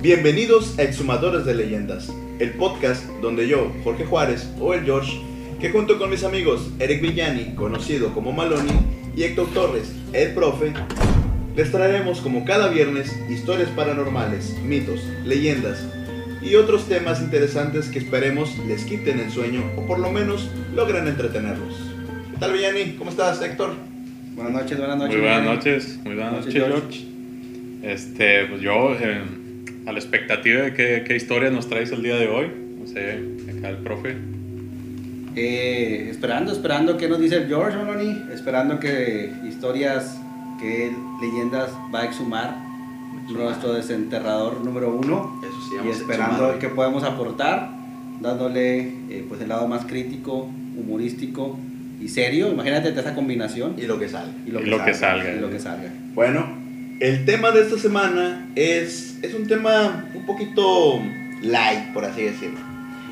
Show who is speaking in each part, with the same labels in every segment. Speaker 1: Bienvenidos a Exhumadores de Leyendas, el podcast donde yo, Jorge Juárez o el George, que junto con mis amigos Eric Villani, conocido como Maloney, y Héctor Torres, el profe, les traeremos como cada viernes historias paranormales, mitos, leyendas y otros temas interesantes que esperemos les quiten el sueño o por lo menos logren entretenerlos. ¿Qué tal Villani? ¿Cómo estás Héctor?
Speaker 2: Buenas noches, buenas noches.
Speaker 3: Muy buenas
Speaker 2: Mariano.
Speaker 3: noches, muy buenas
Speaker 2: Noches,
Speaker 3: noches, George. Este, pues yo, eh, a la expectativa de qué, qué historia nos traes el día de hoy, no sé, acá el profe.
Speaker 2: Eh, esperando, esperando qué nos dice el George Meloni, esperando que historias, que leyendas va a exhumar nuestro desenterrador número uno
Speaker 1: Eso
Speaker 2: y esperando qué podemos aportar, dándole eh, pues el lado más crítico, humorístico y serio. Imagínate esa combinación
Speaker 1: Y lo que sale.
Speaker 3: y lo que salga.
Speaker 2: Y lo que salga.
Speaker 1: Bueno, el tema de esta semana es, es un tema un poquito light, por así decirlo.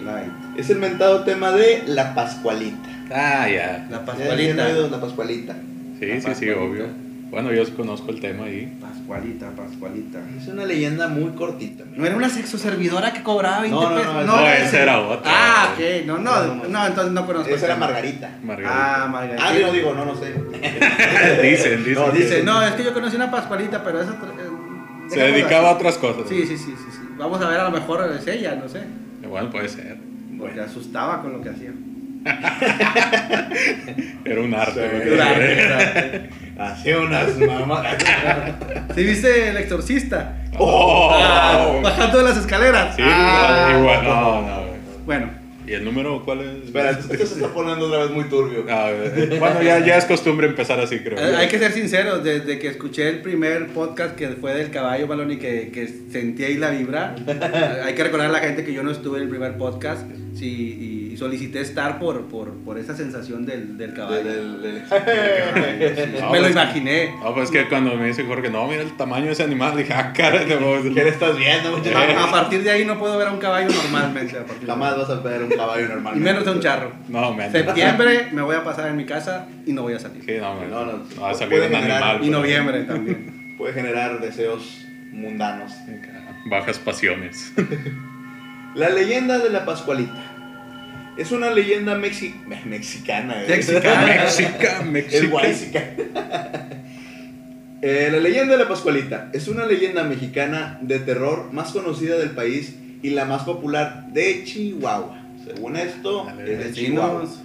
Speaker 2: Light.
Speaker 1: Es el mentado tema de la Pascualita.
Speaker 3: Ah, ya.
Speaker 2: La
Speaker 1: ¿Ya han
Speaker 2: Pascualita.
Speaker 1: oído La Pascualita.
Speaker 3: Sí,
Speaker 2: La
Speaker 3: sí, sí,
Speaker 2: Pascualita.
Speaker 3: obvio. Bueno, yo conozco el tema ahí.
Speaker 2: Pascualita, Pascualita.
Speaker 1: Es una leyenda muy cortita.
Speaker 2: ¿No era una sexo servidora que cobraba 20
Speaker 1: No, no, no,
Speaker 2: pesos?
Speaker 1: esa-
Speaker 3: No, esa era otra.
Speaker 2: Ah, ok, no, no,
Speaker 1: No,
Speaker 2: no,
Speaker 1: no, no.
Speaker 2: entonces no conozco.
Speaker 1: Esa era
Speaker 2: el tema.
Speaker 1: Margarita.
Speaker 3: Margarita.
Speaker 2: Ah, Margarita.
Speaker 1: Ah, digo, digo, no, no sé.
Speaker 3: dicen, dicen.
Speaker 1: No,
Speaker 3: que
Speaker 2: Dice, no, es que yo conocí una Pascualita, pero esa. otra- eh,
Speaker 3: Se
Speaker 2: dejémosla
Speaker 3: dedicaba a
Speaker 2: así.
Speaker 3: otras cosas.
Speaker 2: Sí, sí, sí, sí, sí. Vamos a ver, a lo mejor es ella, no sé.
Speaker 3: Bueno, puede ser.
Speaker 2: Porque asustaba con lo que hacía.
Speaker 3: Era un arte.
Speaker 1: Sí.
Speaker 3: güey.
Speaker 2: Durante, durante.
Speaker 1: Hacía unas mamadas.
Speaker 2: ¿Sí viste el exorcista?
Speaker 3: Oh,
Speaker 2: Ah, bajando de las escaleras.
Speaker 3: sí,
Speaker 2: Ah.
Speaker 3: igual. No, no, güey.
Speaker 2: Bueno,
Speaker 3: ¿Y el número cuál es?
Speaker 1: Espera, esto se está poniendo otra vez muy turbio.
Speaker 3: Ah, eh, bueno, ya, ya es costumbre empezar así, creo.
Speaker 2: eh, hay que ser sinceros, desde que escuché el primer podcast que fue del caballo balón y que, que sentí ahí la vibra, eh, hay que recordar a la gente que yo no estuve en el primer podcast sí, y solicité estar por, por, por esa sensación del, del caballo.
Speaker 1: Del- del- del-
Speaker 2: Sí,
Speaker 3: No,
Speaker 2: me lo
Speaker 3: pues-
Speaker 2: imaginé.
Speaker 3: No, pues es que cuando me dice Jorge, no, mira el tamaño de ese animal, dije, ah, caray, de nuevo.
Speaker 1: ¿Qué le estás viendo, muchacho?
Speaker 2: A, a partir de ahí no puedo ver a un caballo normalmente. a partir de
Speaker 1: Jamás vas a ver un caballo normal.
Speaker 2: ahí. Y menos a un charro.
Speaker 3: No, man.
Speaker 2: Septiembre me voy a pasar en mi casa y no voy a salir.
Speaker 3: Sí, no, man.
Speaker 1: No, no,
Speaker 3: va a salir
Speaker 1: puede
Speaker 3: un
Speaker 1: generar-
Speaker 3: animal. pues,
Speaker 2: Y
Speaker 3: pero-
Speaker 2: noviembre también.
Speaker 1: Puede generar deseos mundanos.
Speaker 3: Bajas pasiones.
Speaker 1: La leyenda de la Pascualita. Es una leyenda mexi- me- mexicana. eh.
Speaker 2: Mexicana.
Speaker 3: Mexica,
Speaker 1: Es
Speaker 3: Mexica.
Speaker 1: guaysica. Eh, la leyenda de la Pascualita es una leyenda mexicana de terror más conocida del país y la más popular de Chihuahua. Según esto,
Speaker 3: Dale,
Speaker 1: es de Chihuahua.
Speaker 2: Vecinos.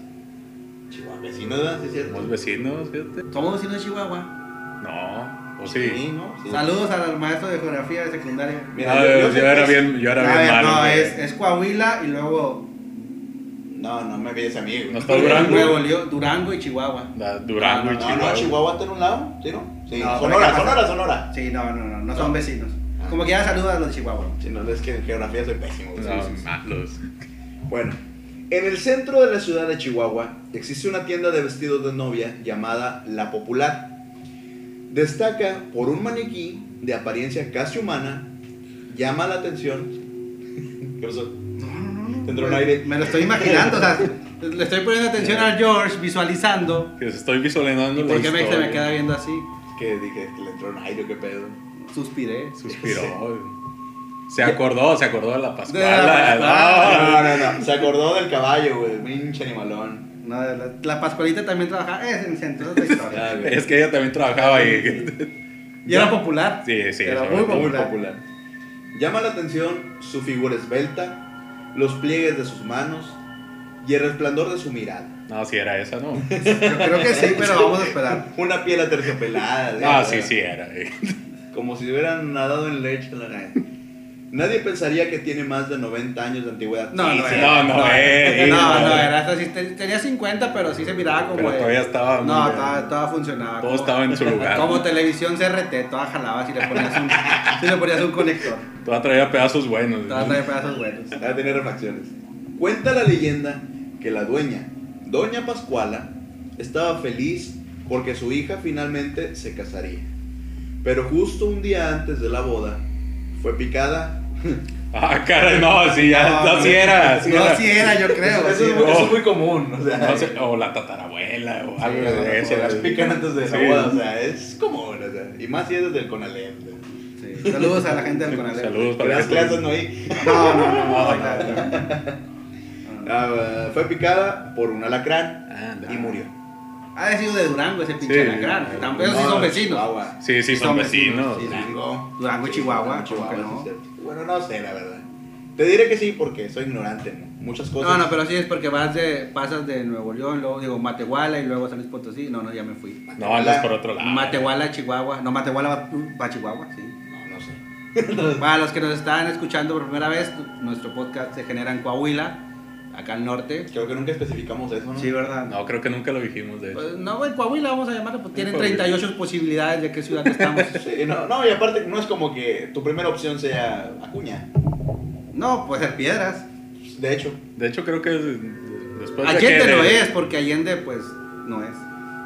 Speaker 1: Chihuahua, vecino, ¿verdad? Sí, es cierto.
Speaker 3: Somos vecinos, fíjate.
Speaker 2: Somos vecinos de Chihuahua.
Speaker 3: No, o
Speaker 1: Sí,
Speaker 3: sí.
Speaker 1: ¿no? Sí.
Speaker 2: Saludos al maestro de geografía de secundaria.
Speaker 1: Mira,
Speaker 3: No,
Speaker 1: yo- yo
Speaker 3: Ah, yo,
Speaker 1: sé
Speaker 3: era
Speaker 1: que es-
Speaker 3: bien, yo era
Speaker 2: A
Speaker 3: bien
Speaker 2: ver,
Speaker 3: malo.
Speaker 2: no,
Speaker 3: güey.
Speaker 2: es, es Coahuila y luego eh,
Speaker 1: No, no me veas a mí. güey.
Speaker 3: No está Durango.
Speaker 2: Nuevo León, Durango y Chihuahua.
Speaker 3: Da- Durango
Speaker 1: Ah,
Speaker 3: y
Speaker 1: No,
Speaker 3: Chihuahua.
Speaker 1: no, Chihuahua está en un lado, ¿sí, no? Sí, Sonora,
Speaker 2: No, pero ¿qué pasa?
Speaker 1: Sonora, Sonora.
Speaker 2: Sí, no, no, no, no
Speaker 1: No.
Speaker 2: son vecinos.
Speaker 1: Ah.
Speaker 2: Como que ya saluda a los de Chihuahua.
Speaker 1: Si no, es que en geografía soy pésimo. güey.
Speaker 3: No,
Speaker 1: Sí, sí, sí.
Speaker 3: malos.
Speaker 1: Bueno, en el centro de la ciudad de Chihuahua existe una tienda de vestidos de novia llamada La Popular. Destaca por un maniquí de apariencia casi humana, llama la atención. ¿Qué pasó?
Speaker 2: No, no, no.
Speaker 1: Tendrá un aire.
Speaker 2: Me lo estoy imaginando, o sea, le estoy poniendo atención a George, visualizando.
Speaker 3: Que estoy visualizando
Speaker 2: ¿Y
Speaker 3: la
Speaker 2: por qué me, se me
Speaker 3: historia.
Speaker 2: queda viendo así?
Speaker 1: Que dije que le entró un aire, qué pedo.
Speaker 2: Suspiré.
Speaker 3: Suspiró. Se acordó, se acordó de la Pascuala. Ah,
Speaker 2: De la Pascuala.
Speaker 3: No,
Speaker 1: No, no, no. Se acordó del caballo, güey. Pinche animalón.
Speaker 2: No, la, la Pascualita también trabajaba es en centros de historia.
Speaker 1: Ya, güey.
Speaker 3: Es que ella también trabajaba ahí.
Speaker 2: y era popular.
Speaker 3: Sí, sí.
Speaker 2: Era
Speaker 3: sobre
Speaker 2: muy
Speaker 3: todo.
Speaker 1: Muy popular. Llama la atención su figura esbelta, los pliegues de sus manos y el resplandor de su mirada.
Speaker 3: No, sí era esa, ¿no?
Speaker 2: Yo creo que sí, pero vamos a esperar.
Speaker 1: Una piel aterciopelada.
Speaker 3: Ah,
Speaker 1: ¿verdad?
Speaker 3: sí, sí era. eh.
Speaker 1: Como si hubieran nadado en leche. la verdad. Nadie pensaría que tiene más de 90 años de antigüedad.
Speaker 2: No,
Speaker 1: Sí,
Speaker 2: no
Speaker 1: sí.
Speaker 2: era.
Speaker 3: no, eh, no era.
Speaker 2: No, no era. hasta sí te- tenía 50, pero sí se miraba como.
Speaker 3: Pero
Speaker 2: de-
Speaker 3: todavía estaba.
Speaker 2: No,
Speaker 3: muy-
Speaker 2: estaba, estaba funcionaba.
Speaker 3: Todo
Speaker 2: como-
Speaker 3: estaba en su lugar.
Speaker 2: Como televisión CRT, toda jalaba si le ponías un, si le ponías un conector.
Speaker 3: Toda traía pedazos buenos.
Speaker 2: Todas las de pedazos buenos.
Speaker 1: Debe tener refacciones. Cuenta la leyenda que la dueña, Doña Pascuala, estaba feliz porque su hija finalmente se casaría. Pero justo un día antes de la boda, fue picada.
Speaker 3: Ah, caray, no, sí, ya,
Speaker 2: No,
Speaker 3: no, sí era. así
Speaker 2: No,
Speaker 3: era.
Speaker 2: sí era, yo creo.
Speaker 1: eso,
Speaker 2: sí
Speaker 1: es
Speaker 2: era.
Speaker 1: muy, eso es
Speaker 3: Oh.
Speaker 1: muy común. O sea,
Speaker 3: No sé, o la tatarabuela o algo
Speaker 1: o
Speaker 3: de
Speaker 1: sea,
Speaker 3: eso.
Speaker 1: las pican antes de la
Speaker 3: Sí.
Speaker 1: boda. O sea, es común. o sea, y más si es desde el Conalep.
Speaker 2: Sí. Saludos a la gente del Conalep.
Speaker 3: Saludos
Speaker 1: Pero
Speaker 3: para
Speaker 1: las
Speaker 3: que
Speaker 1: clases no hay.
Speaker 2: No, no, no, no,
Speaker 3: No,
Speaker 2: no, no, no.
Speaker 1: Ah, fue picada por un alacrán y murió.
Speaker 2: Ha sido de Durango ese pinche
Speaker 3: Sí.
Speaker 2: alacrán. Tampoco
Speaker 1: Pero
Speaker 2: esos Ah, sí son vecinos.
Speaker 3: Sí, sí, son
Speaker 2: Son vecinos,
Speaker 3: vecinos.
Speaker 2: sí.
Speaker 1: Durango.
Speaker 2: Durango,
Speaker 1: Sí,
Speaker 2: Chihuahua,
Speaker 1: Chihuahua,
Speaker 2: ¿cómo que no?
Speaker 1: sí, sí. Bueno, no sé, la verdad. Te diré que sí porque soy ignorante en muchas cosas.
Speaker 2: No, no, pero sí es porque vas de, pasas de Nuevo León, luego digo Matehuala y luego San Luis Potosí. No, no, ya me fui.
Speaker 3: No, andas por otro lado.
Speaker 2: Matehuala, Chihuahua. No, Matehuala va para Chihuahua, sí.
Speaker 1: No, no sé.
Speaker 2: Para los que nos están escuchando por primera vez, nuestro podcast se genera en Coahuila, acá al norte.
Speaker 1: Creo que nunca especificamos eso, ¿no?
Speaker 2: Sí, ¿verdad?
Speaker 3: No, creo que nunca lo dijimos, de hecho.
Speaker 2: Pues, no, en Coahuila vamos a llamarlo, pues tienen
Speaker 3: Coahuila.
Speaker 2: 38 posibilidades de qué ciudad estamos.
Speaker 1: Sí, no, no, y aparte no es como que tu primera opción sea Acuña.
Speaker 2: No, puede ser Piedras.
Speaker 1: De hecho,
Speaker 3: De hecho, creo que después de que
Speaker 2: Allende
Speaker 3: de-
Speaker 2: no es, porque Allende, pues, no es.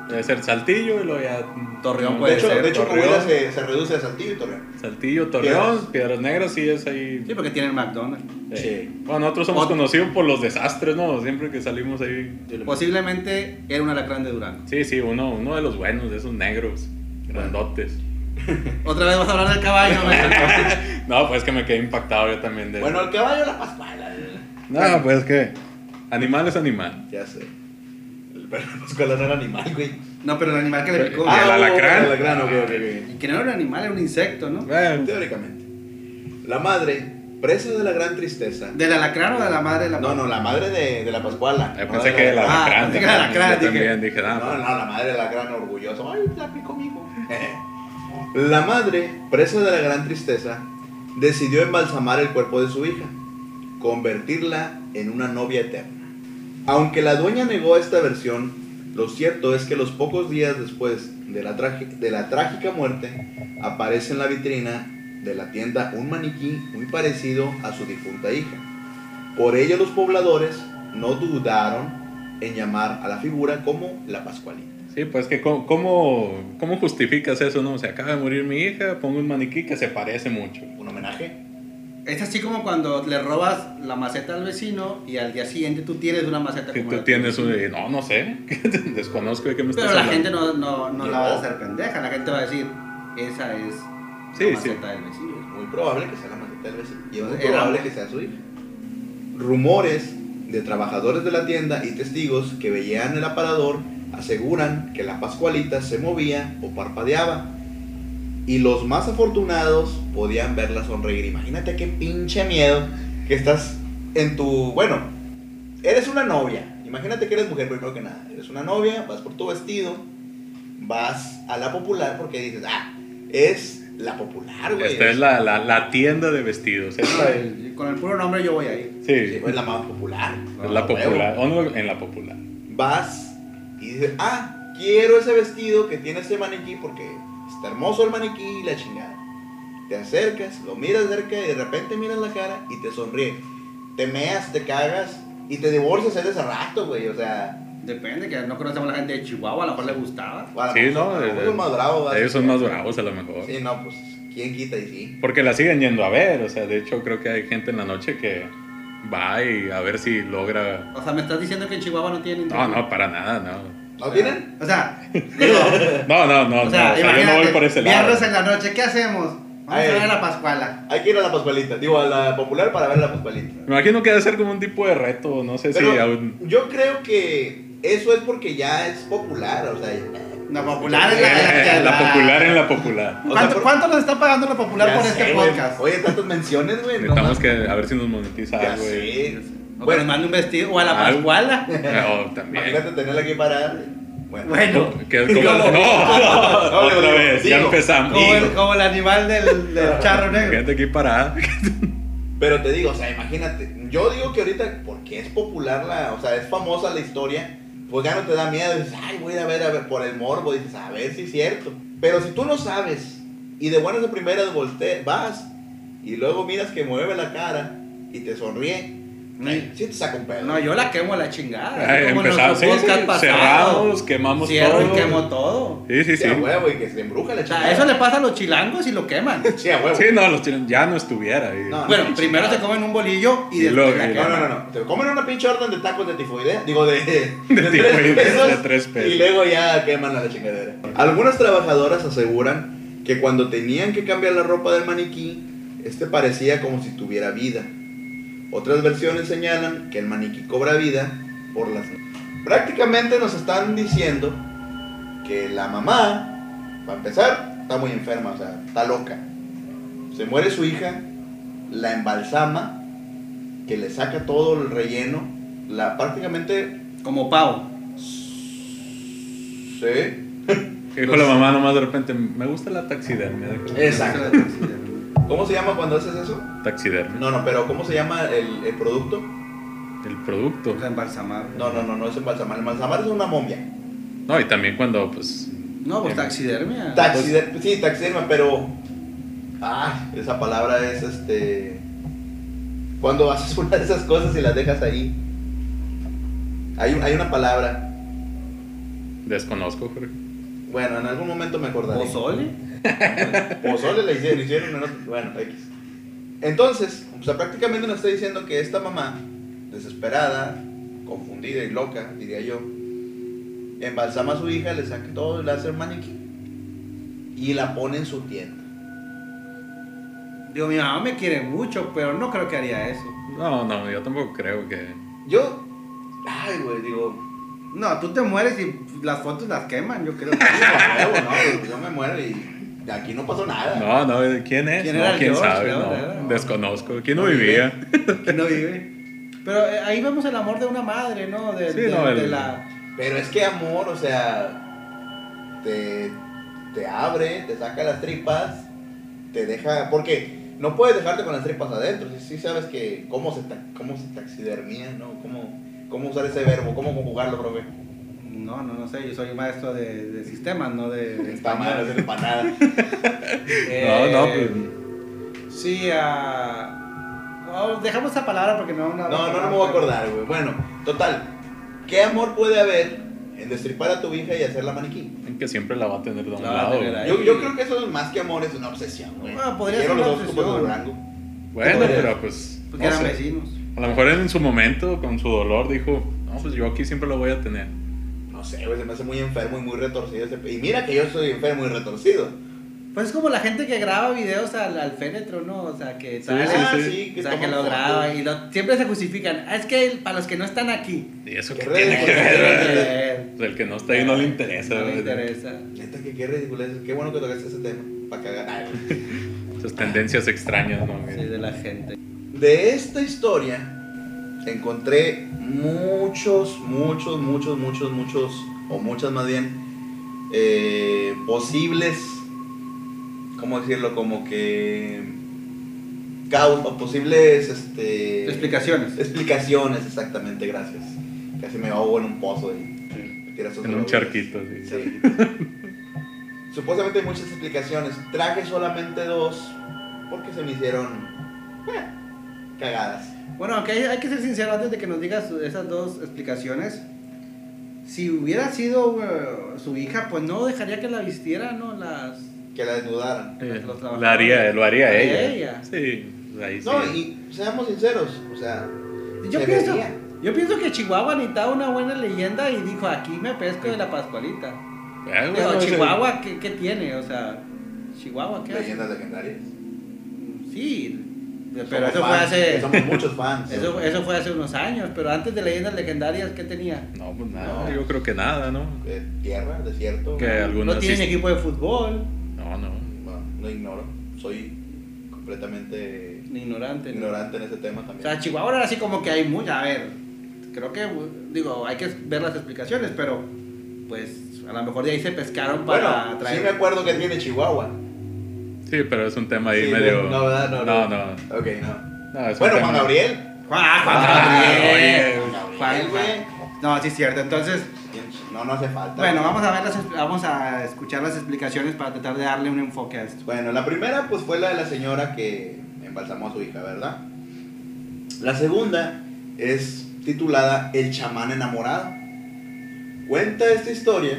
Speaker 3: Debe ser Saltillo y luego ya... Mm,
Speaker 2: Torreón
Speaker 3: No,
Speaker 2: puede
Speaker 1: de hecho,
Speaker 2: ser,
Speaker 1: de hecho
Speaker 3: Torreón.
Speaker 1: Coahuila se, se reduce a Saltillo y Torreón.
Speaker 3: Saltillo, Torreón,
Speaker 1: Piedras.
Speaker 3: Piedras, Negras, sí es ahí.
Speaker 2: Sí, porque tienen McDonald's.
Speaker 3: eh,
Speaker 1: Sí.
Speaker 3: Bueno, nosotros somos
Speaker 2: Ot-
Speaker 3: conocidos por los desastres, ¿no? Siempre que salimos ahí.
Speaker 2: Posiblemente era un alacrán de Durango.
Speaker 3: Sí, sí, uno, uno de los buenos, de esos negros, grandotes.
Speaker 2: Otra vez vas a hablar del caballo, güey.
Speaker 3: No, pues que me quedé impactado yo también de...
Speaker 1: Bueno, el caballo la pascuala.
Speaker 3: No, pues que... Animal es animal.
Speaker 1: Ya sé. El perro de pascuala no era animal, güey. Ah,
Speaker 2: No, pero el animal que le picó.
Speaker 3: ¿Y el alacrán?
Speaker 1: El alacrán, ok, ok, ok.
Speaker 2: Y que no era un animal, era un insecto, ¿no?
Speaker 3: Bueno,
Speaker 1: Teóricamente. La madre, presa de la gran tristeza.
Speaker 2: ¿Del alacrán o de la madre de la
Speaker 1: No, no, la madre de, de la Pascuala.
Speaker 3: eh,
Speaker 1: No,
Speaker 3: pensé
Speaker 1: de
Speaker 3: que el
Speaker 2: la-
Speaker 3: alacrán.
Speaker 2: Ah, pensé que el
Speaker 3: también,
Speaker 2: alacrán,
Speaker 3: yo
Speaker 2: dije.
Speaker 3: también dije, "Ah, pues".
Speaker 1: No,
Speaker 3: nada.
Speaker 1: no, la madre de la gran orgullosa. Ay, la picó mi hijo. La madre, presa de la gran tristeza, decidió embalsamar el cuerpo de su hija, convertirla en una novia eterna. Aunque la dueña negó esta versión, lo cierto es que los pocos días después de la, tragi- de la trágica muerte, aparece en la vitrina de la tienda un maniquí muy parecido a su difunta hija. Por ello los pobladores no dudaron en llamar a la figura como la Pascualita.
Speaker 3: Sí, pues que cómo, cómo, cómo justificas eso, ¿no? Se acaba de morir mi hija, pongo un maniquí que se parece mucho.
Speaker 1: Un homenaje.
Speaker 2: Es así como cuando le robas la maceta al vecino y al día siguiente tú tienes una maceta
Speaker 3: Que
Speaker 2: como
Speaker 3: tú
Speaker 2: la
Speaker 3: tienes un... eh, No, no sé. Desconozco de qué me estás
Speaker 2: Pero la
Speaker 3: hablando.
Speaker 2: gente no, no, no la
Speaker 1: No.
Speaker 2: va a hacer pendeja, la gente va a decir, esa es
Speaker 3: Sí,
Speaker 2: la
Speaker 3: sí.
Speaker 2: maceta del vecino.
Speaker 1: Muy probable que sea la maceta del vecino. Y es muy
Speaker 2: Era-
Speaker 1: probable que sea su hija. Rumores de trabajadores de la tienda y testigos que veían el aparador aseguran que la Pascualita se movía o parpadeaba. Y los más afortunados podían verla sonreír. Imagínate qué pinche miedo que estás en tu... Bueno, eres una novia. Imagínate que eres mujer primero que nada. Eres una novia, vas por tu vestido, vas a la popular porque dices, ah, es la popular, güey.
Speaker 3: Esta es la, la, la tienda de vestidos. Esta es...
Speaker 2: Y Con el puro nombre yo voy Ah, a ir.
Speaker 3: Sí,
Speaker 1: Sí, es Pues, la más popular.
Speaker 3: es la popular. ¿Dónde- En la popular.
Speaker 1: Vas y dices, ah, quiero ese vestido que tiene ese maniquí porque está hermoso el maniquí y la chingada. Te acercas, lo miras cerca y de repente miras la cara y te sonríe. Te meas, te cagas y te divorcias en ese rato, güey. O sea,
Speaker 2: Depende, que no conocemos a la gente de Chihuahua, a lo mejor le gustaba.
Speaker 1: a lo
Speaker 3: Sí,
Speaker 1: mejor-
Speaker 3: no,
Speaker 1: a lo mejor
Speaker 3: eh,
Speaker 1: son más bravos, ¿verdad?
Speaker 3: Ellos son más bravos a lo mejor.
Speaker 1: Sí, no, pues, ¿quién quita y sí?
Speaker 3: Porque la siguen yendo a ver. O sea, de hecho creo que hay gente en la noche que va y a ver si logra...
Speaker 2: O sea, me estás diciendo que en Chihuahua no tienen
Speaker 3: No, no, para nada, no.
Speaker 1: ¿No tienen?
Speaker 2: O sea, digo,
Speaker 3: No, no, no.
Speaker 2: o sea,
Speaker 3: no, o sea, yo no voy por ese lado.
Speaker 2: viernes en la noche, ¿qué hacemos? Vamos
Speaker 1: Ay.
Speaker 2: a ver a la Pascuala.
Speaker 1: Hay que ir a la Pascualita, digo, a la popular para ver la Pascualita.
Speaker 3: Me imagino que debe ser como un tipo de reto, no sé si
Speaker 1: Pero
Speaker 3: aún...
Speaker 1: yo creo que eso es porque ya es popular, o sea, ya-
Speaker 2: La popular es la,
Speaker 3: Eh, la popular en la popular.
Speaker 1: o sea,
Speaker 2: ¿Cuánto,
Speaker 1: por-
Speaker 2: cuánto nos está pagando la popular
Speaker 1: ya
Speaker 2: por
Speaker 1: sé,
Speaker 2: este
Speaker 1: güey.
Speaker 2: podcast?
Speaker 1: Oye, tantas menciones, güey. no
Speaker 3: Necesitamos
Speaker 1: mames.
Speaker 3: que a ver si nos monetiza
Speaker 1: Ya
Speaker 3: algo. eh.
Speaker 1: sé. Bueno,
Speaker 2: O bueno, manda un vestido o a la
Speaker 3: Ah.
Speaker 2: Pascuala.
Speaker 3: Eh, oh, también.
Speaker 1: imagínate tenerla aquí parada. Bueno,
Speaker 2: Bueno,
Speaker 3: Que- como- no,
Speaker 1: digo,
Speaker 3: otra vez, ya
Speaker 1: digo,
Speaker 3: empezamos.
Speaker 2: como el, como el animal del, del charro negro.
Speaker 3: Gente aquí parada.
Speaker 1: pero te digo, o sea, imagínate. Yo digo que ahorita, porque es popular la, o sea, es famosa la historia, pues ya no te da miedo. Dices, ay, voy a ir a ver, a ver, por el morbo. Dices, a ver si es cierto. Pero si tú no sabes y de buenas a primeras volte- vas y luego miras que mueve la cara y te sonríe, ay, sí te saca un pedo.
Speaker 2: No, yo la quemo a la chingada.
Speaker 3: Ay,
Speaker 2: así como
Speaker 3: empezamos
Speaker 2: nuestro podcast
Speaker 3: sí,
Speaker 2: pasado.
Speaker 3: cerrados, quemamos
Speaker 2: Cierro
Speaker 3: todo.
Speaker 2: y quemo todo.
Speaker 3: Sí, sí,
Speaker 1: Sí,
Speaker 3: sí.
Speaker 1: a huevo y que se embruja la
Speaker 2: O
Speaker 1: chingada.
Speaker 2: sea, eso le pasa a los chilangos y lo queman.
Speaker 1: Sí, a huevo.
Speaker 3: Sí, no, los chilenos ya no estuviera. ahí.
Speaker 1: No,
Speaker 2: Bueno,
Speaker 1: sí,
Speaker 2: primero
Speaker 1: chingada.
Speaker 2: se comen un bolillo y
Speaker 3: Y luego-
Speaker 2: después la
Speaker 3: y
Speaker 1: No,
Speaker 2: queman.
Speaker 1: no, no, no. Te comen una pinche orden de tacos de tifoidea. Digo, de, de,
Speaker 3: tifoidea, de tres pesos.
Speaker 1: Y luego ya queman a la chingadera. Algunas trabajadoras aseguran que cuando tenían que cambiar la ropa del maniquí, este parecía como si tuviera vida. Otras versiones señalan que el maniquí cobra vida por las... Prácticamente nos están diciendo que la mamá, para empezar, está muy enferma, o sea, está loca. Se muere su hija, la embalsama, que le saca todo el relleno, la prácticamente
Speaker 2: Como pavo.
Speaker 1: se...
Speaker 3: Que dijo la mamá nomás de repente, me gusta la taxidermia.
Speaker 2: Eh.
Speaker 3: de-
Speaker 1: Exacto. ¿Cómo se llama cuando haces eso?
Speaker 3: Taxidermia.
Speaker 1: No, no, pero ¿cómo se llama el, el producto?
Speaker 3: El producto.
Speaker 2: O sea, embalsamado.
Speaker 1: No, no, no, no es embalsamar. El embalsamar es una momia.
Speaker 3: No, y también cuando, pues,
Speaker 2: No, pues
Speaker 1: Ah,
Speaker 2: taxidermia.
Speaker 1: Taxidermia, sí, taxidermia, pero. Ah, esa palabra es este. Cuando haces una de esas cosas y las dejas ahí. Hay, un- hay una palabra.
Speaker 3: desconozco, Jorge.
Speaker 1: Bueno, en algún momento me acordaré.
Speaker 2: ¿Pozole?
Speaker 1: Pozole la hicieron, hicieron en otro- Bueno, X. Entonces, o sea, prácticamente nos está diciendo que esta mamá, desesperada, confundida y loca, diría yo, embalsama a su hija, le saca todo, le hace el maniquí y la pone en su tienda.
Speaker 2: Digo, mi mamá me quiere mucho, pero no creo que haría eso.
Speaker 3: No, no, yo tampoco creo que...
Speaker 1: Yo, ay, güey, digo,
Speaker 2: No, tú te mueres y las fotos las queman, yo creo.
Speaker 1: a huevo, no, güey, yo me muero y de aquí no pasó nada.
Speaker 3: No, no, ¿quién es?
Speaker 2: ¿Quién
Speaker 3: no,
Speaker 2: era
Speaker 3: quién
Speaker 2: George?
Speaker 3: sabe,
Speaker 2: No,
Speaker 3: no.
Speaker 2: era- no.
Speaker 3: Desconozco. ¿Quién no
Speaker 1: No vivía.
Speaker 3: vivía?
Speaker 2: que no vive. Pero eh, ahí vemos el amor de una madre, ¿no? De,
Speaker 3: Sí,
Speaker 2: de-
Speaker 3: no, el-
Speaker 2: de la...
Speaker 1: Pero es que amor, o sea, te, te abre, te saca las tripas, te deja. Porque no puedes dejarte con las tripas adentro. Si sí sabes que cómo se, ta- cómo se taxidermía, ¿no? Cómo, cómo usar ese verbo, cómo conjugarlo, profe.
Speaker 2: No, no, no sé, yo soy maestro de, de sistemas, no de, de
Speaker 1: Está mal hacer empanada.
Speaker 3: No,
Speaker 2: Eh,
Speaker 3: no, pues...
Speaker 2: Sí, ah, oh, dejamos esa palabra porque no...
Speaker 1: No, no, no me voy a acordar, güey. Bueno, total. ¿Qué amor puede haber en destripar a tu hija y hacerla maniquí?
Speaker 3: Que siempre la va a tener de un
Speaker 2: La va a
Speaker 3: lado.
Speaker 2: tener
Speaker 3: güey.
Speaker 2: ahí.
Speaker 1: Yo, yo creo que eso es más que amor, es una obsesión, güey.
Speaker 2: Ah, podría
Speaker 1: Quiero
Speaker 2: ser
Speaker 1: los
Speaker 2: una
Speaker 1: dos copos de
Speaker 2: obsesión.
Speaker 1: Durango.
Speaker 3: Bueno,
Speaker 1: Podría.
Speaker 3: pero pues...
Speaker 2: Porque
Speaker 3: no
Speaker 2: eran
Speaker 3: sé.
Speaker 2: vecinos.
Speaker 3: A lo mejor en su momento, con su dolor, dijo, no, pues yo aquí siempre lo voy a tener.
Speaker 1: No sé, güey, se me hace muy enfermo y muy retorcido ese pe- Y mira que yo soy enfermo y retorcido.
Speaker 2: Pues es como la gente que graba videos al, al féretro, ¿no? O sea, que...
Speaker 3: Sí, sí,
Speaker 2: ah,
Speaker 3: sí.
Speaker 2: O sea, que lo graba y lo- siempre se justifican. Ah, es que el- para los que no están aquí.
Speaker 3: ¿Y eso
Speaker 1: Qué
Speaker 3: qué tiene que ver?
Speaker 1: ridículo.
Speaker 2: Eh,
Speaker 3: Pues el que no está ahí no le interesa.
Speaker 2: No le
Speaker 3: güey.
Speaker 2: interesa.
Speaker 1: Neta, que qué ridiculez. Qué bueno que tocaste ese tema. Para cagar. Ay, güey.
Speaker 3: Esas tendencias extrañas, ¿no? güey?
Speaker 2: Sí, de la gente.
Speaker 1: De esta historia encontré muchos, muchos, muchos, muchos, muchos, o muchas más bien, eh, posibles, ¿cómo decirlo? Como que. causas, o posibles, este.
Speaker 2: Explicaciones.
Speaker 1: Explicaciones, exactamente, gracias. Casi me ahogo en un pozo y me tiras otro
Speaker 3: En un
Speaker 1: lado.
Speaker 3: charquito. sí.
Speaker 1: Sí. Supuestamente hay muchas explicaciones. Traje solamente dos porque se me hicieron eh, cagadas.
Speaker 2: Bueno, aunque hay, hay que ser sincero antes de que nos digas esas dos explicaciones. Si hubiera sido eh, su hija, pues no dejaría que la vistiera, ¿no las.
Speaker 1: Que la desnudaran.
Speaker 3: Eh,
Speaker 2: Los trabajadores.
Speaker 3: la haría, lo haría
Speaker 2: Haría
Speaker 3: ella.
Speaker 2: ella.
Speaker 3: Sí, pues ahí sí.
Speaker 1: No, y seamos sinceros, o sea,
Speaker 2: Yo
Speaker 1: se
Speaker 2: pienso,
Speaker 1: veía.
Speaker 2: yo pienso que Chihuahua necesitaba una buena leyenda y dijo, aquí me pesco de la Pascualita.
Speaker 3: Ah,
Speaker 2: Digo,
Speaker 3: bueno, o sea,
Speaker 2: Chihuahua, ¿qué, qué tiene? O sea, Chihuahua, ¿qué hace?
Speaker 1: leyendas legendarias.
Speaker 2: Sí, pero
Speaker 1: Somos
Speaker 2: eso fue
Speaker 1: fans,
Speaker 2: hace.
Speaker 1: Somos muchos fans.
Speaker 2: Eso, eso fue hace unos años, pero antes de leyendas legendarias, ¿qué tenía?
Speaker 3: No, pues nada,
Speaker 1: No.
Speaker 3: yo creo que nada, ¿no?
Speaker 1: De tierra, desierto.
Speaker 3: Que algunas
Speaker 2: No tienen
Speaker 3: sí-
Speaker 2: equipo de fútbol,
Speaker 3: No, no.
Speaker 1: Bueno, lo ignoro. Soy completamente
Speaker 2: ni ignorante. ni-
Speaker 1: ignorante en ese tema
Speaker 2: O
Speaker 1: también.
Speaker 2: sea, Chihuahua era así como que hay mucha. A ver, creo que, digo, hay que ver las explicaciones, pero pues a lo mejor de ahí se pescaron para
Speaker 1: bueno, sí me
Speaker 2: traer.
Speaker 1: acuerdo que tiene Chihuahua.
Speaker 3: Sí, pero es un tema ahí
Speaker 1: Sí,
Speaker 3: medio.
Speaker 1: No, ¿verdad? No, no.
Speaker 3: no. no.
Speaker 1: Ok, no.
Speaker 3: No, es un
Speaker 1: Bueno,
Speaker 3: tema-
Speaker 1: Juan Gabriel.
Speaker 2: ¡Ah, Juan
Speaker 3: Ah,
Speaker 2: Gabriel!
Speaker 1: oye,
Speaker 2: Juan-
Speaker 1: Gabriel, güey.
Speaker 2: Juan- No, sí es cierto. Entonces,
Speaker 1: No, no hace falta.
Speaker 2: bueno, vamos a ver las, vamos a escuchar las explicaciones para tratar de darle un enfoque a esto.
Speaker 1: Bueno, la primera pues fue la de la señora que embalsamó a su hija, ¿verdad? La segunda es titulada El chamán enamorado. Cuenta esta historia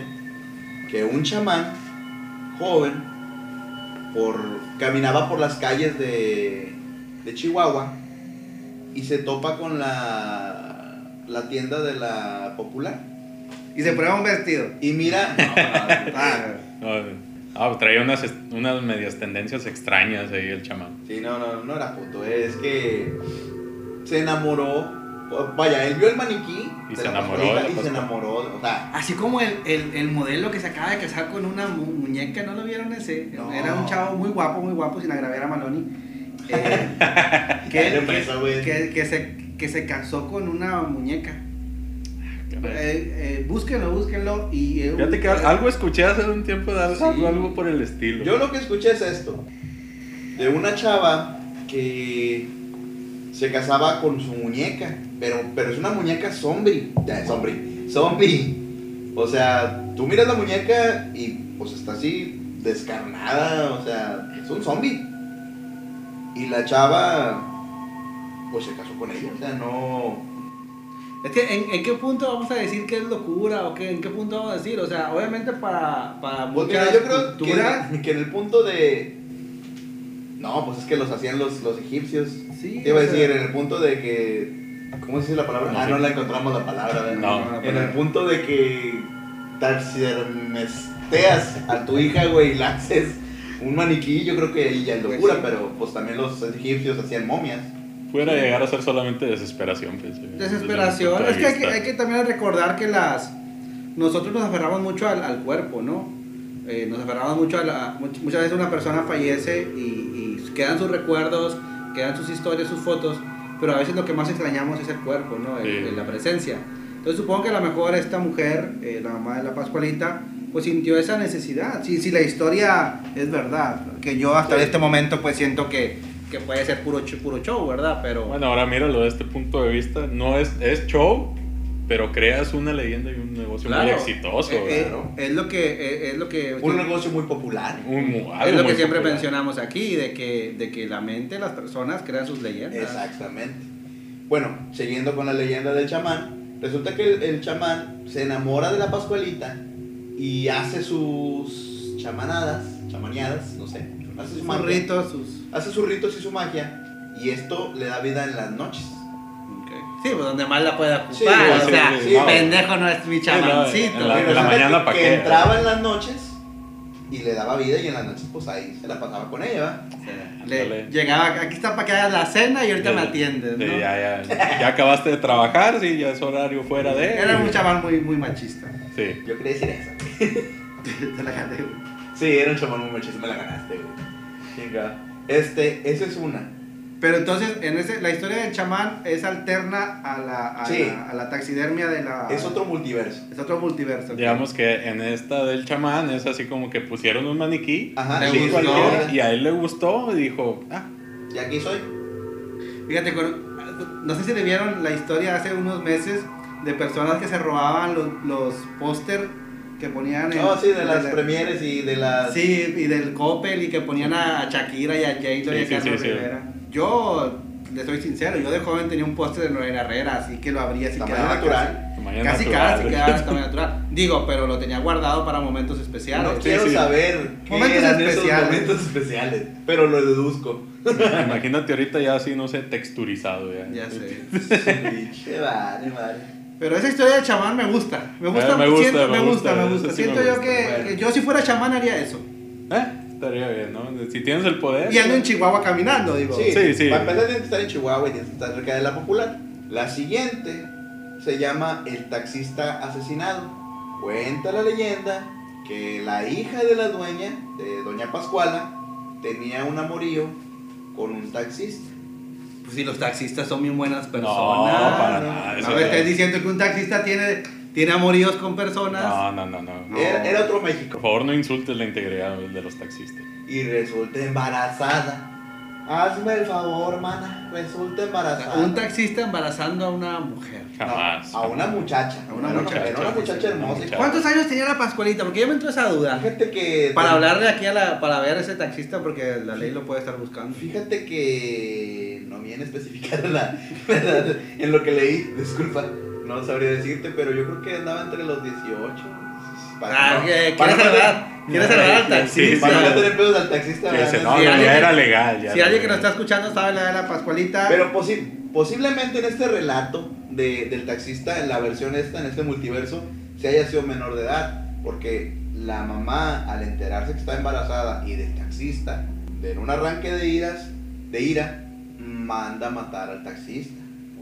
Speaker 1: que un chamán joven por, caminaba por las calles de, de Chihuahua y se topa con la, la tienda de la popular.
Speaker 2: Y se prueba un vestido.
Speaker 1: Y mira, no, no, no,
Speaker 2: Ah,
Speaker 3: No, Ah, pues traía unas, est- unas medias tendencias extrañas ahí el chamán.
Speaker 1: Sí, no, no, no era puto, eh, es que se enamoró. Vaya, él vio el maniquí
Speaker 3: Y
Speaker 1: de
Speaker 3: se
Speaker 1: la
Speaker 3: enamoró
Speaker 1: pastorita
Speaker 3: de la
Speaker 1: y se
Speaker 3: pastora.
Speaker 1: enamoró. O sea,
Speaker 2: Así como el, el, el modelo que se acaba de casar con una mu- muñeca, ¿no lo vieron ese?
Speaker 1: No.
Speaker 2: Era un chavo muy guapo, muy guapo, sin agraviar a Maloney. eh,
Speaker 1: Dale,
Speaker 2: que,
Speaker 1: presa, güey.
Speaker 2: que, que se, que se casó con una muñeca. Eh, eh, búsquenlo, búsquenlo. Y, eh,
Speaker 3: Fíjate que al- algo escuché hace un tiempo de algo,
Speaker 2: Sí.
Speaker 3: algo por el estilo.
Speaker 1: yo lo que escuché es esto: de una chava que se casaba con su muñeca, pero, pero es una muñeca zombie. Ya, zombie. Zombie. O sea, tú miras la muñeca y pues está así descarnada, o sea, es un zombie. Y la chava, pues se casó con ella, o sea, no.
Speaker 2: Es que, ¿en, en qué punto vamos a decir que es locura? ¿O qué, en qué punto vamos a decir? O sea, obviamente para, para
Speaker 1: Pues
Speaker 2: muchas
Speaker 1: mira, yo creo
Speaker 2: culturas,
Speaker 1: que, que en el punto de. No, pues es que los hacían los, los egipcios.
Speaker 2: Sí,
Speaker 1: Te iba a
Speaker 2: o sea-
Speaker 1: decir, en el punto de que. ¿Cómo se dice la palabra?
Speaker 3: No,
Speaker 1: ah,
Speaker 3: sí.
Speaker 1: no la encontramos la palabra, ¿verdad?
Speaker 3: No.
Speaker 1: En el punto de que. Tarsidermesteas a tu hija, güey, y la haces un maniquí, yo creo que ahí ya es
Speaker 2: Pues
Speaker 1: locura,
Speaker 2: sí.
Speaker 1: pero pues también los egipcios hacían momias.
Speaker 3: Pudiera llegar a ser solamente desesperación. pues, eh,
Speaker 2: Desesperación.
Speaker 3: desde mi punto
Speaker 2: Es que
Speaker 3: de
Speaker 2: hay, que
Speaker 3: vista.
Speaker 2: hay que también recordar que las nosotros nos aferramos mucho al, al cuerpo, ¿no? Eh, nos aferramos mucho a la... much- Muchas veces una persona fallece y, y quedan sus recuerdos, quedan sus historias, sus fotos, pero a veces lo que más extrañamos es el cuerpo, ¿no? El-
Speaker 3: Sí.
Speaker 2: el- la presencia. Entonces supongo que a lo mejor esta mujer, eh, la mamá de la Pascualita, pues sintió esa necesidad. Si, si la historia es verdad, que yo hasta
Speaker 1: Sí.
Speaker 2: este momento pues siento que, que puede ser puro, ch- puro show, ¿verdad? Pero...
Speaker 3: Bueno, ahora míralo desde este punto de vista. No es, es show, pero creas una leyenda y un negocio muy
Speaker 2: Claro.
Speaker 3: exitoso.
Speaker 2: Eh, eh,
Speaker 3: ¿verdad?
Speaker 2: es lo que eh, es lo que
Speaker 1: Un negocio muy popular.
Speaker 3: Un mu- algo
Speaker 2: es lo
Speaker 3: muy
Speaker 2: que siempre
Speaker 3: popular.
Speaker 2: mencionamos aquí de que de que la mente de las personas crean sus leyendas.
Speaker 1: Exactamente. Bueno, siguiendo con la leyenda del chamán, resulta que el, el chamán se enamora de la Pascualita y hace sus chamanadas, chamaneadas, no sé, hace
Speaker 2: Sus
Speaker 1: su magia,
Speaker 2: ritos, sus
Speaker 1: hace sus ritos y su magia y esto le da vida en las noches.
Speaker 2: Sí, pues donde más la pueda ocupar,
Speaker 1: Sí,
Speaker 2: o
Speaker 3: sí,
Speaker 2: sea,
Speaker 3: sí, sí.
Speaker 2: pendejo no es mi
Speaker 3: no,
Speaker 2: chamancito.
Speaker 3: en la-
Speaker 1: Pero
Speaker 3: en
Speaker 1: resulta
Speaker 3: la mañana,
Speaker 1: que,
Speaker 3: ¿pa'
Speaker 1: que
Speaker 3: qué?
Speaker 1: entraba en las noches y le daba vida y en las noches pues ahí se la pasaba con ella. ¿va?
Speaker 2: O sea, le
Speaker 3: Ándale.
Speaker 2: llegaba, aquí está para que hagas la cena y ahorita me
Speaker 3: Sí,
Speaker 2: atiendes,
Speaker 3: sí,
Speaker 2: ¿no?
Speaker 3: ya, ya, ya acabaste de trabajar, sí, ya es horario fuera de.
Speaker 2: Era un chamán muy, muy machista.
Speaker 3: Sí.
Speaker 1: Yo quería decir eso.
Speaker 2: Te la gané, güey.
Speaker 1: Sí, era un chamán muy machista, me la ganaste, güey. Chinga. Este, esa es una.
Speaker 2: Pero entonces, en ese, la historia del chamán es alterna a la, a
Speaker 1: Sí.
Speaker 2: la, a la taxidermia de la.
Speaker 1: Es otro multiverso.
Speaker 2: Es otro multiverso. ok.
Speaker 3: Digamos que en esta del chamán es así como que pusieron un maniquí
Speaker 1: Ajá,
Speaker 2: Le
Speaker 1: sí,
Speaker 2: gustó.
Speaker 1: cualquiera.
Speaker 3: y a él le gustó y dijo, ah,
Speaker 1: Y aquí soy.
Speaker 2: Fíjate, con- no sé si le vieron la historia hace unos meses de personas que se robaban los, los póster que ponían en.
Speaker 1: No, Oh, sí, de las
Speaker 2: la-
Speaker 1: premieres y de las.
Speaker 2: Sí, y del Coppel y que ponían a Shakira y a J-Lo y
Speaker 3: Sí,
Speaker 2: a
Speaker 3: sí,
Speaker 2: Carlos
Speaker 3: sí, sí.
Speaker 2: Rivera. Yo, le soy sincero, yo de joven tenía un póster de Lorena Herrera, así que lo abría así
Speaker 1: Tamaño
Speaker 2: quedaba
Speaker 1: natural.
Speaker 3: pues mañana
Speaker 2: Casi, casi
Speaker 3: natural".
Speaker 2: casi quedaba de tamaño natural. Digo, pero lo tenía guardado para momentos especiales.
Speaker 1: no
Speaker 3: sí,
Speaker 1: quiero
Speaker 3: sí.
Speaker 1: saber qué
Speaker 2: Momentos
Speaker 1: eran
Speaker 2: especiales.
Speaker 1: esos momentos especiales, pero lo deduzco.
Speaker 3: Imagínate ahorita ya así, no sé, texturizado. Ya,
Speaker 2: Ya sé.
Speaker 1: Pinche vale, vale.
Speaker 2: Pero esa historia del chamán me gusta. Me gusta,
Speaker 3: Eh, me gusta,
Speaker 2: siento- me
Speaker 3: me gusta,
Speaker 2: gusta, me
Speaker 3: eso
Speaker 2: gusta.
Speaker 3: sí me
Speaker 2: Siento yo
Speaker 3: gusta.
Speaker 2: que,
Speaker 1: Bueno.
Speaker 2: que yo si fuera chamán haría eso.
Speaker 3: Eh, estaría bien, ¿no? Si tienes el poder.
Speaker 2: Y ando en Chihuahua caminando, digo.
Speaker 1: Sí,
Speaker 3: Sí, sí.
Speaker 1: Para empezar, tienes que estar en Chihuahua y tienes que estar cerca de la popular. La siguiente se llama El taxista asesinado. Cuenta la leyenda que la hija de la dueña, de Doña Pascuala, tenía un amorío con un taxista.
Speaker 2: Pues si los taxistas son bien buenas personas.
Speaker 3: No, para
Speaker 1: no.
Speaker 3: nada. eso
Speaker 2: No me
Speaker 3: ya-
Speaker 2: estés diciendo que un taxista tiene, tiene amoríos con personas.
Speaker 3: no, no, no, no.
Speaker 2: No.
Speaker 1: Era, era otro México.
Speaker 3: Por favor, no insultes la integridad de los taxistas.
Speaker 1: y resulta embarazada. Hazme el favor, mana. Resulta embarazada.
Speaker 2: Un taxista embarazando a una mujer.
Speaker 1: No,
Speaker 3: Jamás.
Speaker 1: a una muchacha.
Speaker 2: A una
Speaker 1: Era
Speaker 2: muchacha,
Speaker 1: Era una muchacha
Speaker 3: sí, una
Speaker 1: hermosa.
Speaker 3: muchacha.
Speaker 2: ¿Cuántos años tenía la Pascualita? Porque yo me entró esa duda.
Speaker 1: Fíjate que.
Speaker 2: Para hablarle aquí a la, para ver a ese taxista porque la ley lo puede estar buscando.
Speaker 1: Fíjate que. No viene especificada la. ¿verdad? en lo que leí, disculpa. No sabría decirte, pero yo creo que andaba entre los 18.
Speaker 2: Ah,
Speaker 1: no-
Speaker 2: eh,
Speaker 1: para
Speaker 2: ¿Quieres
Speaker 1: no tener-
Speaker 2: salvar? ¿Quieres salvar al
Speaker 3: Sí, sí,
Speaker 2: taxista?
Speaker 1: para no tener pedos al taxista.
Speaker 3: Que
Speaker 1: ¿verdad?
Speaker 3: dice, no,
Speaker 2: si
Speaker 3: no,
Speaker 2: alguien-
Speaker 3: ya era legal. ya
Speaker 2: Si
Speaker 3: era
Speaker 2: alguien que nos
Speaker 3: legal.
Speaker 2: está escuchando sabe la de la Pascualita,
Speaker 1: Pero posi- posiblemente en este relato de- del taxista, en la versión esta, en este multiverso, se haya sido menor de edad. Porque la mamá, al enterarse que está embarazada y del taxista, en un arranque de iras, de ira, manda a matar al taxista.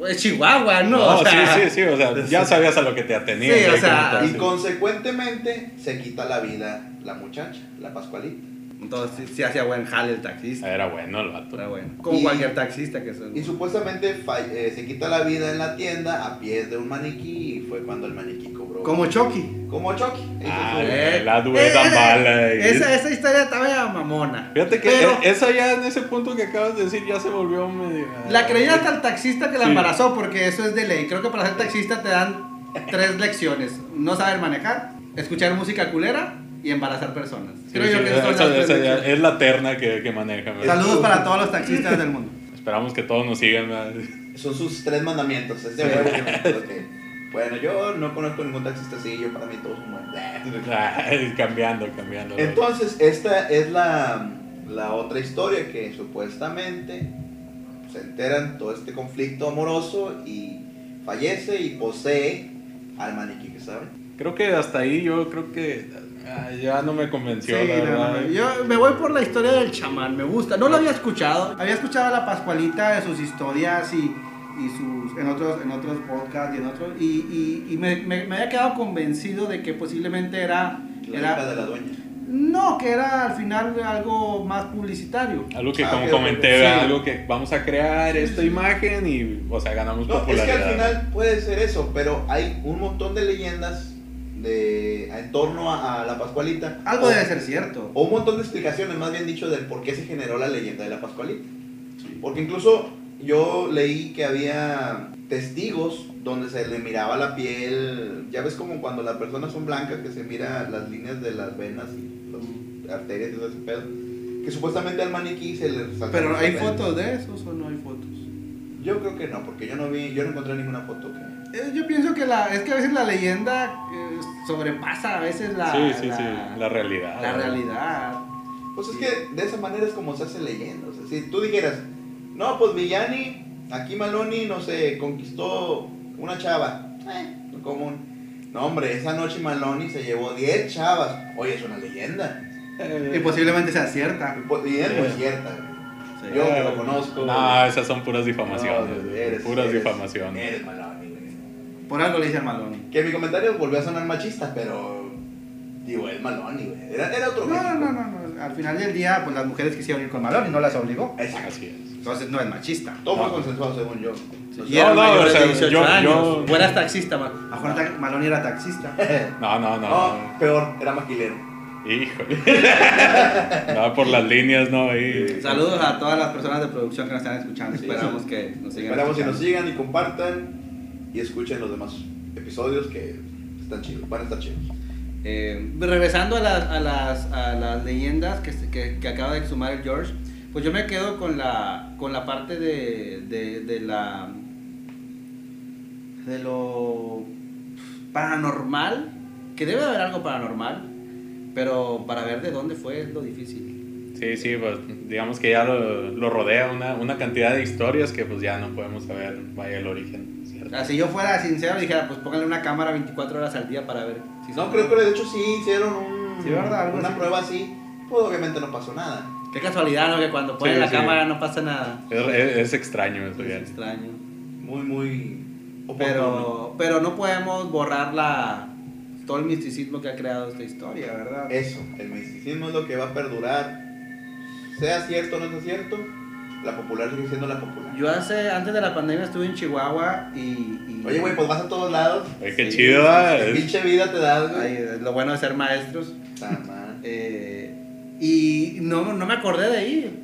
Speaker 2: Es Chihuahua, ¿no?
Speaker 3: No,
Speaker 2: O sea,
Speaker 3: sí, sí, sí, o sea, ya sabías a lo que te atenías.
Speaker 2: Sí, o
Speaker 3: ahí
Speaker 2: sea,
Speaker 3: como
Speaker 1: Y
Speaker 3: tal, Ah, sí.
Speaker 1: consecuentemente se quita la vida la muchacha, la Pascualita.
Speaker 2: Entonces sí, sí hacía buen jale el taxista.
Speaker 3: Era bueno el vato.
Speaker 2: Era bueno. Como
Speaker 1: Y-
Speaker 2: cualquier taxista que son.
Speaker 1: Y supuestamente fa- eh, se quita la vida en la tienda a pies de un maniquí y fue cuando el maniquí cobró.
Speaker 2: Como Chucky.
Speaker 1: Como Chucky.
Speaker 3: Ah,
Speaker 1: Ese
Speaker 2: Eh,
Speaker 3: güey, la dueda mala. y-
Speaker 2: Esa, esa historia estaba mamona.
Speaker 3: Fíjate que
Speaker 2: Pero-
Speaker 3: e- esa ya en ese punto que acabas de decir ya se volvió medio.
Speaker 2: La creía hasta el taxista que la
Speaker 3: Sí.
Speaker 2: embarazó, porque eso es de ley. Creo que para ser taxista te dan tres lecciones: no saber manejar, escuchar música culera y embarazar personas.
Speaker 3: Sí,
Speaker 2: Creo yo
Speaker 3: sí,
Speaker 2: que esas son
Speaker 3: esa-
Speaker 2: las tres
Speaker 3: esa ya
Speaker 2: lecciones.
Speaker 3: es la terna que, que maneja. ¿verdad?
Speaker 2: Saludos para todos los taxistas del mundo.
Speaker 3: Esperamos que todos nos sigan. ¿verdad?
Speaker 1: fue- Son sus tres mandamientos. ese fue el que- ok. Bueno, yo no conozco ningún taxista así, yo para mí todos son buenos.
Speaker 3: Ay, Ah, cambiando, cambiando.
Speaker 1: Entonces, esta es la, la otra historia que supuestamente se enteran todo este conflicto amoroso y fallece y posee al maniquí que saben.
Speaker 3: Creo que hasta ahí yo creo que ah, ya no me
Speaker 2: Sí,
Speaker 3: convenció, la
Speaker 2: no,
Speaker 3: verdad.
Speaker 2: no, no. Yo me voy por la historia del chamán, me gusta. No lo había escuchado. Había escuchado a la Pascualita de sus historias y, y sus, en, otros, en otros podcasts y en otros. Y, y- y me, me- me había quedado convencido de que posiblemente era.
Speaker 1: La
Speaker 2: era
Speaker 1: hija de la dueña.
Speaker 2: No, que era al final algo más publicitario.
Speaker 3: Algo que
Speaker 1: Ah,
Speaker 3: como
Speaker 1: ok,
Speaker 3: comenté,
Speaker 1: ok, sí.
Speaker 3: ¿verdad? algo que vamos a crear esta imagen y, o sea, ganamos
Speaker 1: No, es que
Speaker 3: popularidad.
Speaker 1: al final puede ser eso, pero hay un montón de leyendas de, en torno a, a la Pascualita.
Speaker 2: Algo
Speaker 1: O-
Speaker 2: debe ser cierto.
Speaker 1: O un montón de explicaciones, más bien dicho, del por qué se generó la leyenda de la Pascualita. Porque incluso yo leí que había testigos donde se le miraba la piel. Ya ves como cuando las personas son blancas que se mira las líneas de las venas y las arterias y todo ese pedo. Que supuestamente al maniquí se le resaltaban
Speaker 2: Pero
Speaker 1: las
Speaker 2: ¿hay
Speaker 1: venas.
Speaker 2: fotos de esos o no hay fotos?
Speaker 1: Yo creo que no, porque yo no vi, yo no encontré ninguna foto que.
Speaker 2: Eh, Yo pienso que la, es que a veces la leyenda eh, sobrepasa a veces la,
Speaker 3: sí, sí,
Speaker 2: la,
Speaker 3: sí, la realidad.
Speaker 2: la realidad.
Speaker 1: Pues es
Speaker 2: Sí.
Speaker 1: que de esa manera es como se hace leyenda. O sea, si tú dijeras, no, pues Villani, aquí Maloni, no sé, conquistó una chava. Eh, lo común. No, hombre, esa noche Maloni se llevó 10 chavas. Oye, es una leyenda.
Speaker 2: Y
Speaker 3: Eh,
Speaker 2: posiblemente sea cierta.
Speaker 1: Y pues- Y es muy
Speaker 3: Sí.
Speaker 1: cierta. güey.
Speaker 2: Sí.
Speaker 1: Yo que lo conozco.
Speaker 3: No, esas son puras difamaciones.
Speaker 1: eh, No, eres-
Speaker 3: puras
Speaker 1: eres-
Speaker 3: difamaciones.
Speaker 1: Eres Maloni, güey.
Speaker 2: Por algo le dicen Maloney.
Speaker 1: Que mi comentario volvió a sonar machista, pero. Digo, es Maloni, güey. Era, era otro.
Speaker 2: No, no,
Speaker 1: México.
Speaker 2: no, no, no. Al final del día, pues las mujeres quisieron ir con Maloney, no las obligó.
Speaker 1: Exacto.
Speaker 3: Así es.
Speaker 2: Entonces no es machista.
Speaker 1: Todo fue
Speaker 3: No.
Speaker 1: consensuado, según yo. O
Speaker 2: Y
Speaker 1: sea,
Speaker 2: eran
Speaker 3: no,
Speaker 2: mayores
Speaker 3: o sea,
Speaker 2: de 18
Speaker 3: yo-
Speaker 2: años.
Speaker 3: yo-
Speaker 2: O eras taxista, Mal- A Juan Ta- Maloney era taxista.
Speaker 3: No, no,
Speaker 1: no,
Speaker 3: no.
Speaker 1: peor, era maquilero.
Speaker 3: Híjole. no, por las líneas, no. Ahí.
Speaker 2: Saludos a todas las personas de producción que nos están escuchando.
Speaker 1: Sí.
Speaker 2: Esperamos que nos sigan.
Speaker 1: Esperamos que
Speaker 2: escuchando.
Speaker 1: nos sigan y compartan y escuchen los demás episodios que están chidos, van a estar chidos.
Speaker 2: Eh, regresando a las, a las, a las leyendas que, se- que, que acaba de exhumar el George, pues yo me quedo con la, con la parte de, de, de la. de lo paranormal, que debe de haber algo paranormal, pero para ver de dónde fue es lo difícil.
Speaker 3: Sí, sí, pues digamos que ya lo, lo rodea una, una cantidad de historias que pues ya no podemos saber, vaya el origen.
Speaker 2: O
Speaker 3: ¿cierto?
Speaker 2: sea, si yo fuera sincero, dijera, pues póngale una cámara 24 horas al día para ver. si
Speaker 1: No,
Speaker 2: se-
Speaker 1: creo que de hecho sí hicieron un,
Speaker 2: Sí, ¿verdad? Algo
Speaker 1: una
Speaker 2: así.
Speaker 1: prueba así, pues obviamente no pasó nada.
Speaker 2: Qué casualidad, ¿no? Que cuando ponen
Speaker 3: Sí,
Speaker 2: la
Speaker 3: sí.
Speaker 2: cámara no pasa nada.
Speaker 3: Es, es- es extraño eso ya.
Speaker 2: Es extraño.
Speaker 1: Muy, muy oportuno.
Speaker 2: Pero, pero no podemos borrar la, todo el misticismo que ha creado esta historia, ¿verdad?
Speaker 1: Eso, el misticismo es lo que va a perdurar. Sea cierto o no sea cierto, la popular sigue siendo la popular.
Speaker 2: Yo hace, antes de la pandemia estuve en Chihuahua y... y-
Speaker 1: Oye, güey, pues vas a todos lados.
Speaker 3: Oye, qué
Speaker 2: Sí,
Speaker 3: chido, ¿verdad?
Speaker 1: qué
Speaker 3: Es-
Speaker 1: pinche vida te das, güey.
Speaker 2: ay, lo bueno de ser maestros.
Speaker 1: Está mal.
Speaker 2: eh, y no, no me acordé de ir.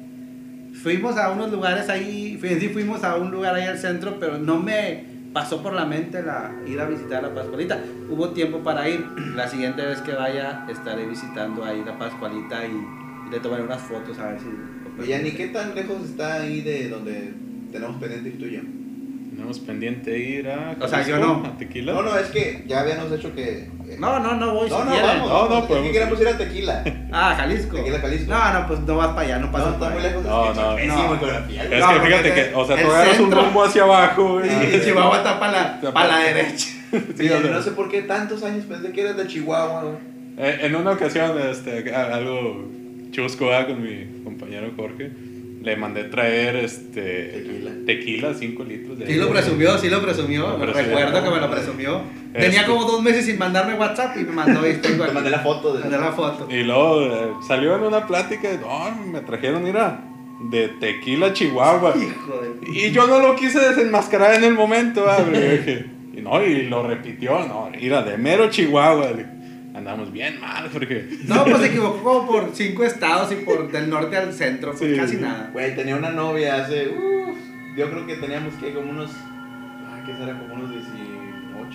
Speaker 2: Fuimos a unos lugares ahí, fui- sí fuimos a un lugar ahí al centro, pero no me pasó por la mente la, ir a visitar la Pascualita. Hubo tiempo para ir. La siguiente vez que vaya estaré visitando ahí la Pascualita y le tomaré unas fotos a ver si...
Speaker 1: Oye, Pues ni qué tan lejos está ahí de donde tenemos pendiente ir tú y yo?
Speaker 3: Tenemos pendiente ir a...
Speaker 2: O sea, yo
Speaker 3: Jalisco,
Speaker 2: no.
Speaker 3: a tequila.
Speaker 1: No, no, es que ya habíamos hecho que. eh,
Speaker 2: No, no, no voy.
Speaker 1: no,
Speaker 2: si
Speaker 1: no,
Speaker 2: quieren.
Speaker 1: vamos.
Speaker 3: No, no,
Speaker 1: vamos, es
Speaker 3: podemos
Speaker 1: que
Speaker 3: ir.
Speaker 1: queremos ir a Tequila.
Speaker 2: Ah, Jalisco.
Speaker 1: Tequila, Jalisco.
Speaker 2: No, no, pues no vas para allá, no
Speaker 1: No,
Speaker 2: pasas
Speaker 1: está
Speaker 2: por
Speaker 1: muy
Speaker 2: ahí.
Speaker 1: lejos.
Speaker 3: No,
Speaker 1: es que
Speaker 3: no.
Speaker 1: es pésimo
Speaker 2: No.
Speaker 1: en geografía,
Speaker 3: Es
Speaker 1: güey.
Speaker 2: No,
Speaker 3: que
Speaker 2: porque
Speaker 3: fíjate
Speaker 2: es
Speaker 3: que, o sea,
Speaker 2: el
Speaker 3: tú agarras un
Speaker 2: centro.
Speaker 3: rumbo hacia abajo, güey.
Speaker 2: Sí, Chihuahua está para la, pa' la derecha.
Speaker 1: Oye,
Speaker 3: o sea.
Speaker 1: no sé por qué tantos años pensé que eras de Chihuahua, güey.
Speaker 3: Eh, en una ocasión, este, a- algo chusco ¿verdad? con mi compañero Jorge, le mandé traer este,
Speaker 1: Tequila.
Speaker 3: tequila, 5 litros de
Speaker 2: Sí lo presumió, sí lo presumió.
Speaker 3: Lo presumió.
Speaker 2: Recuerdo que me lo presumió.
Speaker 3: Este-
Speaker 2: Tenía como dos meses sin mandarme WhatsApp y me mandó esto.
Speaker 1: Te mandé la foto de.
Speaker 2: Mandé la foto.
Speaker 3: Y luego eh, salió en una plática, no, me trajeron, mira, de tequila Chihuahua.
Speaker 2: Hijo de...
Speaker 3: Y yo no lo quise desenmascarar en el momento, ¿verdad? Porque yo dije, y no, y lo repitió, no, mira, de mero Chihuahua. le- Andamos bien mal, porque...
Speaker 2: No, pues se equivocó como por cinco estados y por del norte al centro, pues
Speaker 3: Sí.
Speaker 2: casi nada.
Speaker 1: Güey, tenía una novia hace. uff, yo creo que teníamos que como unos. Ah, ¿Qué será? Como unos 18,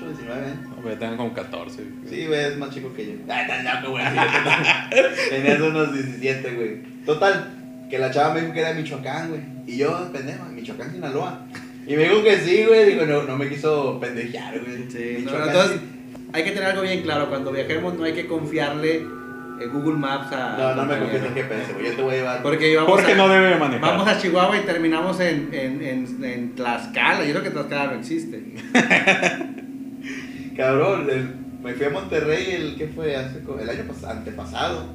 Speaker 1: 19 años.
Speaker 3: No, güey, tengo como 14.
Speaker 1: Sí, güey, es más chico que yo. Ah, Ay, tan loco, güey. Tenías unos 17, güey. Total, que la chava me dijo que era de Michoacán, güey. Y yo, pendejo, Michoacán, Sinaloa. Y me dijo que sí, güey. Digo, no, no me quiso pendejear, güey.
Speaker 2: Sí, no,
Speaker 1: Michoacán,
Speaker 2: entonces
Speaker 1: sí.
Speaker 2: hay que tener algo bien claro, cuando viajemos no hay que confiarle eh, Google Maps a...
Speaker 1: No, no me confío en el GPS, güey. Yo te voy a llevar.
Speaker 2: Porque íbamos
Speaker 3: Jorge
Speaker 2: a-
Speaker 3: no debe manejar.
Speaker 2: Vamos a Chihuahua y terminamos en, en, en, en Tlaxcala. Yo creo que Tlaxcala no existe.
Speaker 1: Cabrón, el- me fui a Monterrey el que fue hace co- el año pas- antepasado.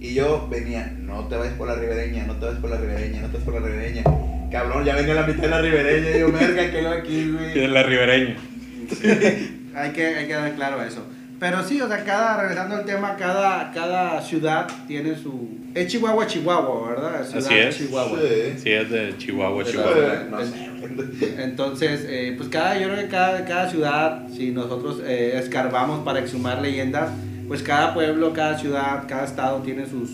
Speaker 1: Y yo venía, no te vayas por la ribereña, no te vayas por la ribereña, no te vayas por la ribereña. Cabrón, ya venía a la mitad de la ribereña y yo, verga, que lo aquí,
Speaker 3: Y de
Speaker 1: güey.
Speaker 3: la ribereña.
Speaker 2: Hay que, hay que dar claro eso. Pero sí, o sea, cada, regresando al tema, cada, cada ciudad tiene su... Es Chihuahua, Chihuahua, ¿verdad? Ciudad
Speaker 3: Así es.
Speaker 2: Chihuahua.
Speaker 1: Sí.
Speaker 3: Sí, es de
Speaker 2: De
Speaker 3: Chihuahua,
Speaker 2: la-
Speaker 3: Chihuahua.
Speaker 1: No sé, güey.
Speaker 2: Entonces, eh, pues cada, yo creo que cada, cada ciudad, si nosotros eh, escarbamos para exhumar leyendas, pues cada pueblo, cada ciudad, cada estado tiene sus,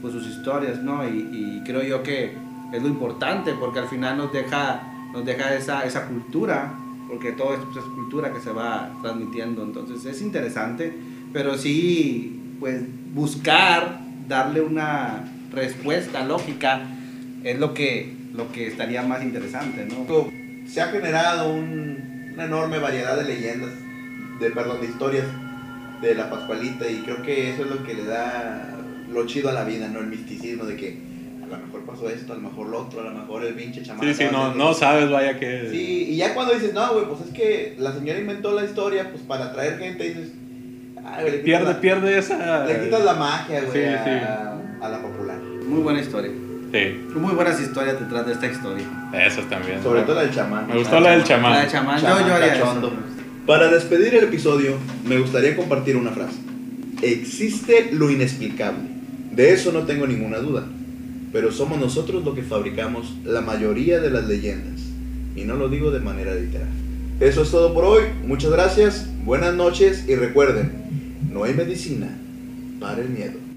Speaker 2: pues sus historias, ¿no? Y, y creo yo que es lo importante, porque al final nos deja, nos deja esa, esa cultura, porque todo es, pues, es cultura que se va transmitiendo, entonces es interesante, pero sí, pues buscar, darle una respuesta lógica, es lo que, lo que estaría más interesante, ¿no?
Speaker 1: Digo, se ha generado un- una enorme variedad de leyendas, de perdón, de historias de la Pascualita y creo que eso es lo que le da lo chido a la vida, ¿no? El misticismo de que a lo mejor pasó esto, a lo mejor lo otro, a lo mejor el pinche chamán.
Speaker 3: Sí, sí,
Speaker 1: acaba
Speaker 3: no,
Speaker 1: de-
Speaker 3: no sabes, vaya que...
Speaker 1: Sí, y ya cuando dices, no, güey, pues es que la señora inventó la historia, pues para atraer gente, dices, ay, güey, le quitas
Speaker 3: Pierde,
Speaker 1: la-
Speaker 3: pierde esa...
Speaker 1: Le quitas la magia, güey,
Speaker 3: Sí,
Speaker 1: a,
Speaker 3: sí.
Speaker 1: a la popular.
Speaker 2: Muy buena historia.
Speaker 3: Sí,
Speaker 2: Muy buenas historias detrás de esta historia.
Speaker 3: esas también.
Speaker 1: Sobre todo la del chamán.
Speaker 3: Me gustó la del chamán.
Speaker 2: La de chamán, yo,
Speaker 1: Chamán
Speaker 2: yo haría eso.
Speaker 1: cachondo. Para despedir el episodio, me gustaría compartir una frase. Existe lo inexplicable. De eso no tengo ninguna duda. Pero somos nosotros los que fabricamos la mayoría de las leyendas. Y no lo digo de manera literal. Eso es todo por hoy. Muchas gracias. Buenas noches. Y recuerden, no hay medicina para el miedo.